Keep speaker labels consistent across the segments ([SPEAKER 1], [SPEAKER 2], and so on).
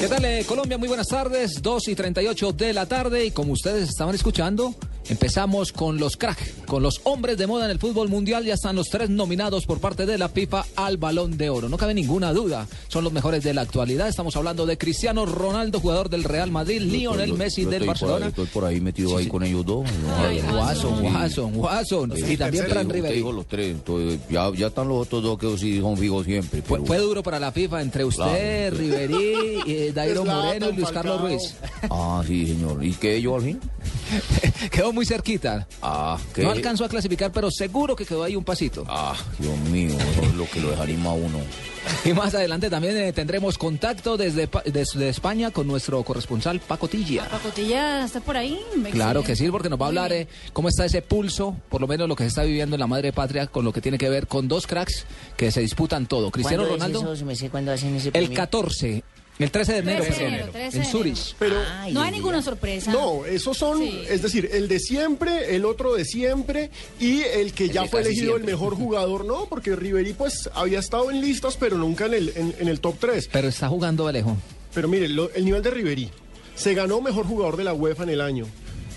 [SPEAKER 1] ¿Qué tal eh, Colombia? Muy buenas tardes, 2 y 38 de la tarde y como ustedes estaban escuchando, empezamos con los crack, con los hombres de moda en el fútbol mundial, ya están los tres nominados por parte de la FIFA al balón de oro, no cabe ninguna duda, son los mejores de la actualidad, estamos hablando de Cristiano Ronaldo, jugador del Real Madrid, Lionel
[SPEAKER 2] Yo-
[SPEAKER 1] Messi
[SPEAKER 2] yo
[SPEAKER 1] del
[SPEAKER 2] estoy por
[SPEAKER 1] Barcelona.
[SPEAKER 2] ahí, estoy por ahí metido ahí con ellos dos. No,
[SPEAKER 1] Ay, Watson, Watson, Watson, y también
[SPEAKER 2] te
[SPEAKER 1] Fran
[SPEAKER 2] digo- te
[SPEAKER 1] Riveri.
[SPEAKER 2] digo los tres, entonces, ya, ya están los otros dos que sí son fijos siempre.
[SPEAKER 1] Fue,
[SPEAKER 2] pero-
[SPEAKER 1] fue duro para la FIFA entre usted, Riverí, eh, Dairo Moreno y Luis Carlos Ruiz.
[SPEAKER 2] Ah, sí, señor. ¿Y qué ellos al fin?
[SPEAKER 1] Quedó muy cerquita.
[SPEAKER 2] Ah, que...
[SPEAKER 1] No alcanzó a clasificar, pero seguro que quedó ahí un pasito.
[SPEAKER 2] Ah, Dios mío, eso es lo que lo desanima a uno.
[SPEAKER 1] Y más adelante también eh, tendremos contacto desde, Pa- desde España con nuestro corresponsal Paco Tilla.
[SPEAKER 3] Pacotilla está por ahí.
[SPEAKER 1] Claro que sí, porque nos va a hablar
[SPEAKER 3] Muy
[SPEAKER 1] eh, cómo está ese pulso, por lo menos lo que se está viviendo en la madre patria, con lo que tiene que ver con dos cracks que se disputan todo. Cristiano
[SPEAKER 4] ¿Cuándo es
[SPEAKER 1] Ronaldo,
[SPEAKER 4] eso? Me sé cuándo hacen ese
[SPEAKER 1] el
[SPEAKER 4] premio.
[SPEAKER 1] 14, el 13 de enero,
[SPEAKER 3] 13 de
[SPEAKER 1] perdón,
[SPEAKER 3] enero, 13 de
[SPEAKER 1] en
[SPEAKER 3] enero.
[SPEAKER 1] Zurich.
[SPEAKER 5] Pero
[SPEAKER 4] Ay,
[SPEAKER 3] No
[SPEAKER 4] Dios
[SPEAKER 3] hay
[SPEAKER 4] mío.
[SPEAKER 3] ninguna sorpresa.
[SPEAKER 5] no, esos son,
[SPEAKER 3] Sí.
[SPEAKER 5] es decir, el de siempre, el otro de siempre y el que ya
[SPEAKER 2] de
[SPEAKER 5] fue
[SPEAKER 2] casi
[SPEAKER 5] elegido
[SPEAKER 2] siempre.
[SPEAKER 5] el mejor jugador, no, porque Ribery pues había estado en listas, pero nunca en el, en, en el top 3.
[SPEAKER 1] Pero está jugando Alejo.
[SPEAKER 5] Pero mire, lo- el nivel de Ribery se ganó mejor jugador de la UEFA en el año.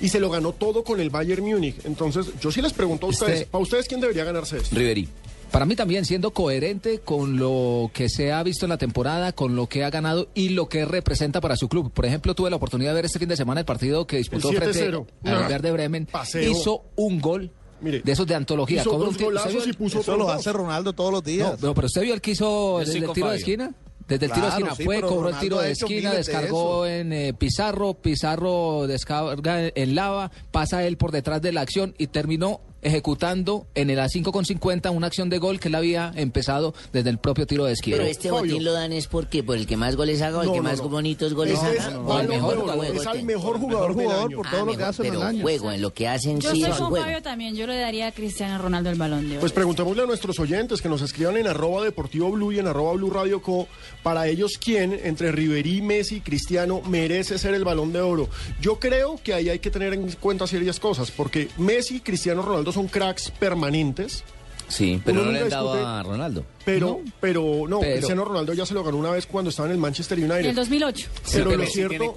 [SPEAKER 5] Y se lo ganó todo con el Bayern Múnich. Entonces, yo sí les pregunto a
[SPEAKER 1] Este-
[SPEAKER 5] ustedes, ¿para ustedes quién debería ganarse esto?
[SPEAKER 2] Riveri.
[SPEAKER 1] Para mí también siendo coherente con lo que se ha visto en la temporada, con lo que ha ganado y lo que representa para su club. Por ejemplo, tuve la oportunidad de ver este fin de semana el partido que disputó
[SPEAKER 5] El
[SPEAKER 1] frente
[SPEAKER 5] 7-0.
[SPEAKER 1] al Verde Bremen.
[SPEAKER 5] Paseo.
[SPEAKER 1] Hizo un gol
[SPEAKER 5] Mire,
[SPEAKER 1] de esos de antología.
[SPEAKER 5] Hizo
[SPEAKER 1] Cobra un
[SPEAKER 5] dos
[SPEAKER 1] tiro- ¿usted vio
[SPEAKER 5] golazos y
[SPEAKER 1] el-
[SPEAKER 5] puso
[SPEAKER 6] Eso
[SPEAKER 5] otros
[SPEAKER 6] lo
[SPEAKER 5] dos.
[SPEAKER 6] hace Ronaldo todos los días.
[SPEAKER 1] No, no, pero usted vio el que hizo desde
[SPEAKER 6] estoy
[SPEAKER 1] el
[SPEAKER 6] con
[SPEAKER 1] tiro de
[SPEAKER 6] Fabio.
[SPEAKER 1] esquina. Desde el tiro de
[SPEAKER 6] Claro,
[SPEAKER 1] esquina
[SPEAKER 6] sí,
[SPEAKER 1] fue,
[SPEAKER 6] pero
[SPEAKER 1] cobró el
[SPEAKER 6] Ronaldo
[SPEAKER 1] tiro
[SPEAKER 6] ha
[SPEAKER 1] de
[SPEAKER 6] hecho
[SPEAKER 1] esquina,
[SPEAKER 6] miles de
[SPEAKER 1] descargó en eh, Pizarro, Pizarro descarga en lava, pasa él por detrás de la acción y terminó ejecutando en el A5 con 50 una acción de gol que él había empezado desde el propio tiro de esquina.
[SPEAKER 4] Pero este
[SPEAKER 5] Fabio.
[SPEAKER 4] botín lo dan es porque por el que más goles haga o el
[SPEAKER 5] No,
[SPEAKER 4] que
[SPEAKER 5] no,
[SPEAKER 4] más
[SPEAKER 5] no.
[SPEAKER 4] bonitos goles
[SPEAKER 5] Este
[SPEAKER 4] haga.
[SPEAKER 5] es
[SPEAKER 4] o
[SPEAKER 5] Balón
[SPEAKER 4] el
[SPEAKER 5] de
[SPEAKER 4] mejor
[SPEAKER 5] Oro,
[SPEAKER 4] juego.
[SPEAKER 5] es al
[SPEAKER 4] ten-
[SPEAKER 5] mejor
[SPEAKER 6] Mejor
[SPEAKER 5] jugador del
[SPEAKER 6] jugador
[SPEAKER 5] año.
[SPEAKER 6] por
[SPEAKER 4] Ah,
[SPEAKER 6] todo lo que
[SPEAKER 4] mejor,
[SPEAKER 6] hace en el
[SPEAKER 4] pero
[SPEAKER 6] año.
[SPEAKER 4] juego, en lo que hacen
[SPEAKER 3] Yo
[SPEAKER 4] sí
[SPEAKER 3] soy
[SPEAKER 4] es un
[SPEAKER 3] con
[SPEAKER 4] juego.
[SPEAKER 3] Fabio también. Yo le daría a Cristiano Ronaldo el balón de oro.
[SPEAKER 5] Pues preguntémosle a nuestros oyentes que nos escriban en arroba deportivo blue y en arroba blue radio co. Para ellos, ¿quién entre Riverí, Messi y Cristiano merece ser el balón de oro? Yo creo que ahí hay que tener en cuenta serias cosas, porque Messi y Cristiano Ronaldo son cracks permanentes.
[SPEAKER 2] Sí, pero
[SPEAKER 5] Uno
[SPEAKER 2] no le han
[SPEAKER 5] nunca
[SPEAKER 2] dado
[SPEAKER 5] discute-
[SPEAKER 2] a Ronaldo.
[SPEAKER 5] Pero, no, pero no,
[SPEAKER 1] Pero-
[SPEAKER 5] Cristiano Ronaldo ya se lo ganó una vez cuando estaba en el Manchester United.
[SPEAKER 3] en el 2008.
[SPEAKER 5] pero, lo cierto,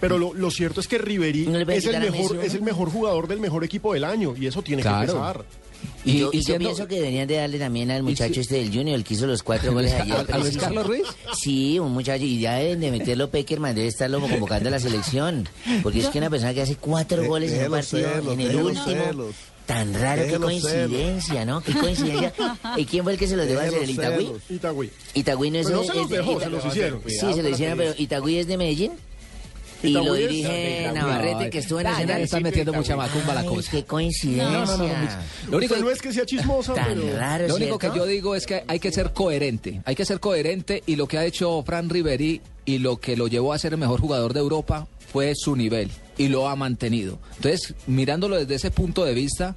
[SPEAKER 5] pero lo, lo cierto es que Riverí
[SPEAKER 4] ¿No le puede
[SPEAKER 5] es el
[SPEAKER 4] quitar a
[SPEAKER 5] mejor,
[SPEAKER 4] Messi,
[SPEAKER 5] es
[SPEAKER 4] no?
[SPEAKER 5] el mejor jugador del mejor equipo del año, y eso tiene
[SPEAKER 1] Claro.
[SPEAKER 5] que pesar.
[SPEAKER 4] Y, yo,
[SPEAKER 1] y
[SPEAKER 4] y yo
[SPEAKER 1] siendo-
[SPEAKER 4] pienso que deberían de darle también al muchacho
[SPEAKER 1] si-
[SPEAKER 4] este del Junior, el que hizo los cuatro goles
[SPEAKER 1] ¿A-
[SPEAKER 4] ayer.
[SPEAKER 1] a Luis
[SPEAKER 4] preciso.
[SPEAKER 1] Carlos Ruiz?
[SPEAKER 4] Sí, un muchacho. Y ya deben de meterlo Peckerman, debe estarlo convocando a la selección. Porque es que una persona que hace cuatro
[SPEAKER 6] Eh,
[SPEAKER 4] goles en un
[SPEAKER 6] déjelo,
[SPEAKER 4] partido,
[SPEAKER 6] déjelo,
[SPEAKER 4] en el
[SPEAKER 6] déjelo,
[SPEAKER 4] último...
[SPEAKER 6] déjelo.
[SPEAKER 4] Tan raro, qué
[SPEAKER 6] Déjelo,
[SPEAKER 4] coincidencia, ¿no? Qué coincidencia. ¿Y quién fue el que se los dejó hacer? ¿El
[SPEAKER 6] Déjelo,
[SPEAKER 4] Itagüí?
[SPEAKER 6] déjelo.
[SPEAKER 5] Itagüí.
[SPEAKER 4] Itagüí no es...
[SPEAKER 5] Pero no
[SPEAKER 4] es-
[SPEAKER 5] se los
[SPEAKER 4] es-
[SPEAKER 5] dejó, se
[SPEAKER 4] Ita-
[SPEAKER 5] los hicieron.
[SPEAKER 4] Sí, se lo hicieron, pero Itagüí es de Medellín. Y
[SPEAKER 5] Itagüí
[SPEAKER 4] lo
[SPEAKER 5] es-
[SPEAKER 4] dirige
[SPEAKER 1] Itagüí.
[SPEAKER 4] Navarrete, que estuvo en
[SPEAKER 1] Ah, ya
[SPEAKER 4] Nacional.
[SPEAKER 1] le están metiendo mucha macumba a la
[SPEAKER 4] Ay,
[SPEAKER 1] cosa.
[SPEAKER 4] Qué coincidencia.
[SPEAKER 1] Lo único,
[SPEAKER 5] Usted no es que sea chismosa,
[SPEAKER 4] Tan
[SPEAKER 5] pero...
[SPEAKER 4] raro,
[SPEAKER 1] lo único que
[SPEAKER 4] ¿cierto?
[SPEAKER 1] yo digo es que hay que ser coherente. Hay que ser coherente y lo que ha hecho Fran Riveri y lo que lo llevó a ser el mejor jugador de Europa fue su nivel y lo ha mantenido. Entonces, mirándolo desde ese punto de vista,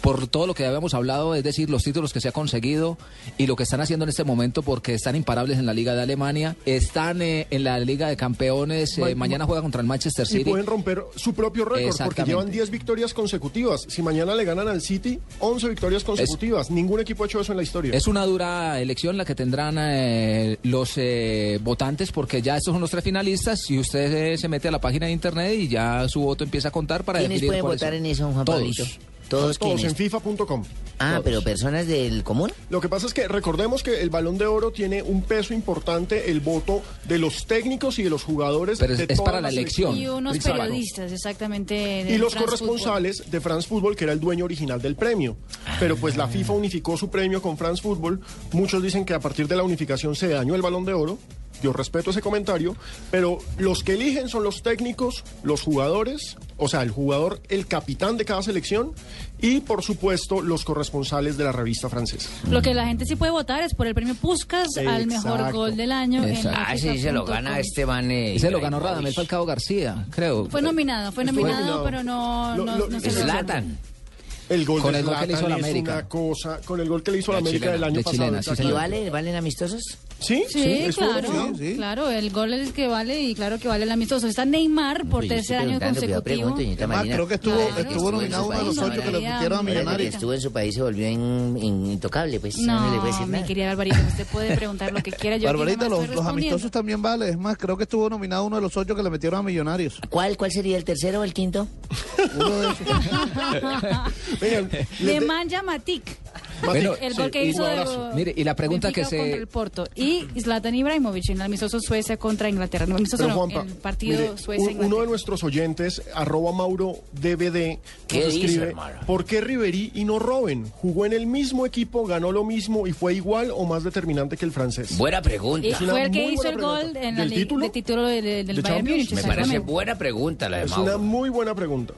[SPEAKER 1] por todo lo que habíamos hablado, es decir, los títulos que se ha conseguido y lo que están haciendo en este momento porque están imparables en la Liga de Alemania, están eh, en la Liga de Campeones, eh,
[SPEAKER 5] Ma-
[SPEAKER 1] mañana juega contra el Manchester
[SPEAKER 5] y
[SPEAKER 1] City.
[SPEAKER 5] pueden romper su propio récord porque
[SPEAKER 1] Exactamente.
[SPEAKER 5] llevan 10 victorias consecutivas. Si mañana le ganan al City, 11 victorias consecutivas. Ningún equipo ha hecho eso en la historia.
[SPEAKER 1] Es una dura elección la que tendrán eh, los eh, votantes porque ya estos son los tres finalistas y usted eh, se mete a la página de internet y ya su voto empieza a contar para
[SPEAKER 4] ¿Quiénes
[SPEAKER 1] definir
[SPEAKER 4] pueden
[SPEAKER 1] cuáles
[SPEAKER 4] votar
[SPEAKER 1] son.
[SPEAKER 4] en eso, Juan
[SPEAKER 1] Todos.
[SPEAKER 4] Pablito? Todos,
[SPEAKER 5] Todos
[SPEAKER 4] quienes.
[SPEAKER 5] en FIFA.com.
[SPEAKER 4] Ah, pero personas del común.
[SPEAKER 5] Lo que pasa es que recordemos que el Balón de Oro tiene un peso importante el voto de los técnicos y de los jugadores.
[SPEAKER 1] Pero es-
[SPEAKER 5] de
[SPEAKER 1] es para
[SPEAKER 5] todas
[SPEAKER 1] la
[SPEAKER 5] las
[SPEAKER 1] elección.
[SPEAKER 5] selecciones.
[SPEAKER 3] Y unos
[SPEAKER 1] Exacto.
[SPEAKER 3] periodistas,
[SPEAKER 1] Eh,
[SPEAKER 3] exactamente.
[SPEAKER 5] Y
[SPEAKER 3] del
[SPEAKER 5] los
[SPEAKER 3] France
[SPEAKER 5] corresponsales de France Football, que era el dueño original del premio.
[SPEAKER 1] Ah.
[SPEAKER 5] Pero pues la FIFA unificó su premio con France Football. Muchos dicen que a partir de la unificación se dañó el balón de oro. Yo respeto ese comentario, pero los que eligen son los técnicos, los jugadores, o sea, el jugador, el capitán de cada selección y, por supuesto, los corresponsales de la revista francesa.
[SPEAKER 3] Lo que la gente sí puede votar es por el premio Puskas al mejor
[SPEAKER 5] Exacto.
[SPEAKER 3] gol del año. en
[SPEAKER 1] Exacto.
[SPEAKER 4] Ah, sí, se lo gana
[SPEAKER 3] FIFA.com.
[SPEAKER 4] Esteban. eh,
[SPEAKER 1] Ese lo ganó Radamel
[SPEAKER 4] Ibrahimovic.
[SPEAKER 1] Falcao García, creo.
[SPEAKER 3] Fue nominado, fue nominado,
[SPEAKER 5] nominado.
[SPEAKER 3] pero no,
[SPEAKER 5] Lo-
[SPEAKER 3] no,
[SPEAKER 5] lo-
[SPEAKER 3] no se
[SPEAKER 5] es
[SPEAKER 3] lo-
[SPEAKER 4] Zlatan.
[SPEAKER 5] El gol
[SPEAKER 1] Con
[SPEAKER 5] de
[SPEAKER 1] el gol que le hizo a la
[SPEAKER 5] Zlatan es
[SPEAKER 1] América.
[SPEAKER 5] una cosa, con el gol que le hizo a la
[SPEAKER 2] La
[SPEAKER 5] América
[SPEAKER 2] chilena,
[SPEAKER 5] del año
[SPEAKER 1] de
[SPEAKER 5] pasado.
[SPEAKER 1] chilena, sí,
[SPEAKER 4] ¿Y
[SPEAKER 5] exactamente.
[SPEAKER 4] vale? ¿Valen amistosos?
[SPEAKER 5] Sí,
[SPEAKER 3] Sí,
[SPEAKER 5] estuvo
[SPEAKER 3] claro,
[SPEAKER 5] nominado.
[SPEAKER 3] claro, el gol es el que vale y claro que vale el amistoso. Está Neymar por
[SPEAKER 4] Uy, yo estoy
[SPEAKER 3] tercer año
[SPEAKER 4] preguntando, cuidado,
[SPEAKER 3] consecutivo.
[SPEAKER 4] pregunto, señorita
[SPEAKER 6] Además,
[SPEAKER 4] Marina.
[SPEAKER 6] creo que estuvo-
[SPEAKER 3] estuvo
[SPEAKER 4] en su
[SPEAKER 3] nominado uno de
[SPEAKER 4] país,
[SPEAKER 3] los ocho que
[SPEAKER 4] ahora-
[SPEAKER 3] lo pusieron a
[SPEAKER 4] ahora que
[SPEAKER 3] Millonarios.
[SPEAKER 4] Estuvo en su país, se volvió in- in- intocable, pues. No, le puede
[SPEAKER 3] No,
[SPEAKER 4] decir
[SPEAKER 3] mi
[SPEAKER 4] nada.
[SPEAKER 3] querida Barbarita, usted puede preguntar lo que quiera. Yo aquí
[SPEAKER 6] Barbarita,
[SPEAKER 3] nomás
[SPEAKER 6] los,
[SPEAKER 3] estoy
[SPEAKER 6] los
[SPEAKER 3] respondiendo.
[SPEAKER 6] amistosos también vale. Es más, creo que estuvo nominado uno de los ocho que le metieron a Millonarios.
[SPEAKER 4] ¿Cuál, ¿Cuál sería el tercero o el quinto?
[SPEAKER 6] Uno de esos.
[SPEAKER 5] Vengan,
[SPEAKER 3] Le manja Matic.
[SPEAKER 1] Bueno,
[SPEAKER 3] El gol
[SPEAKER 5] sí,
[SPEAKER 3] que
[SPEAKER 5] un
[SPEAKER 3] hizo
[SPEAKER 5] abrazo.
[SPEAKER 3] de,
[SPEAKER 1] Mire, y la pregunta
[SPEAKER 3] Benfica
[SPEAKER 1] que se-
[SPEAKER 3] contra el Porto y Zlatan Ibrahimovic en el amistoso Suecia contra Inglaterra. No, amistoso
[SPEAKER 5] Pero,
[SPEAKER 3] no,
[SPEAKER 5] Juanpa,
[SPEAKER 3] el partido
[SPEAKER 5] mire,
[SPEAKER 3] Suecia
[SPEAKER 5] un- uno de
[SPEAKER 3] Inglaterra.
[SPEAKER 5] nuestros oyentes, arroba Mauro DVD,
[SPEAKER 4] ¿Qué
[SPEAKER 5] nos
[SPEAKER 4] dice,
[SPEAKER 5] escribe,
[SPEAKER 4] hermano?
[SPEAKER 5] ¿por qué Riverí y no Robben? Jugó en el mismo equipo, ganó lo mismo y fue igual o más determinante que el francés.
[SPEAKER 4] Buena pregunta.
[SPEAKER 3] Y
[SPEAKER 5] una
[SPEAKER 3] fue el que
[SPEAKER 5] muy
[SPEAKER 3] hizo el
[SPEAKER 5] buena
[SPEAKER 3] gol
[SPEAKER 5] pregunta.
[SPEAKER 3] en la
[SPEAKER 5] ¿Del
[SPEAKER 3] liga-
[SPEAKER 5] título?
[SPEAKER 3] de título del, del
[SPEAKER 5] ¿De
[SPEAKER 3] Bayern
[SPEAKER 5] Champions?
[SPEAKER 3] Múnich.
[SPEAKER 4] Me parece
[SPEAKER 3] exactamente.
[SPEAKER 4] buena pregunta la de
[SPEAKER 5] es una
[SPEAKER 4] Mauro.
[SPEAKER 5] muy buena pregunta.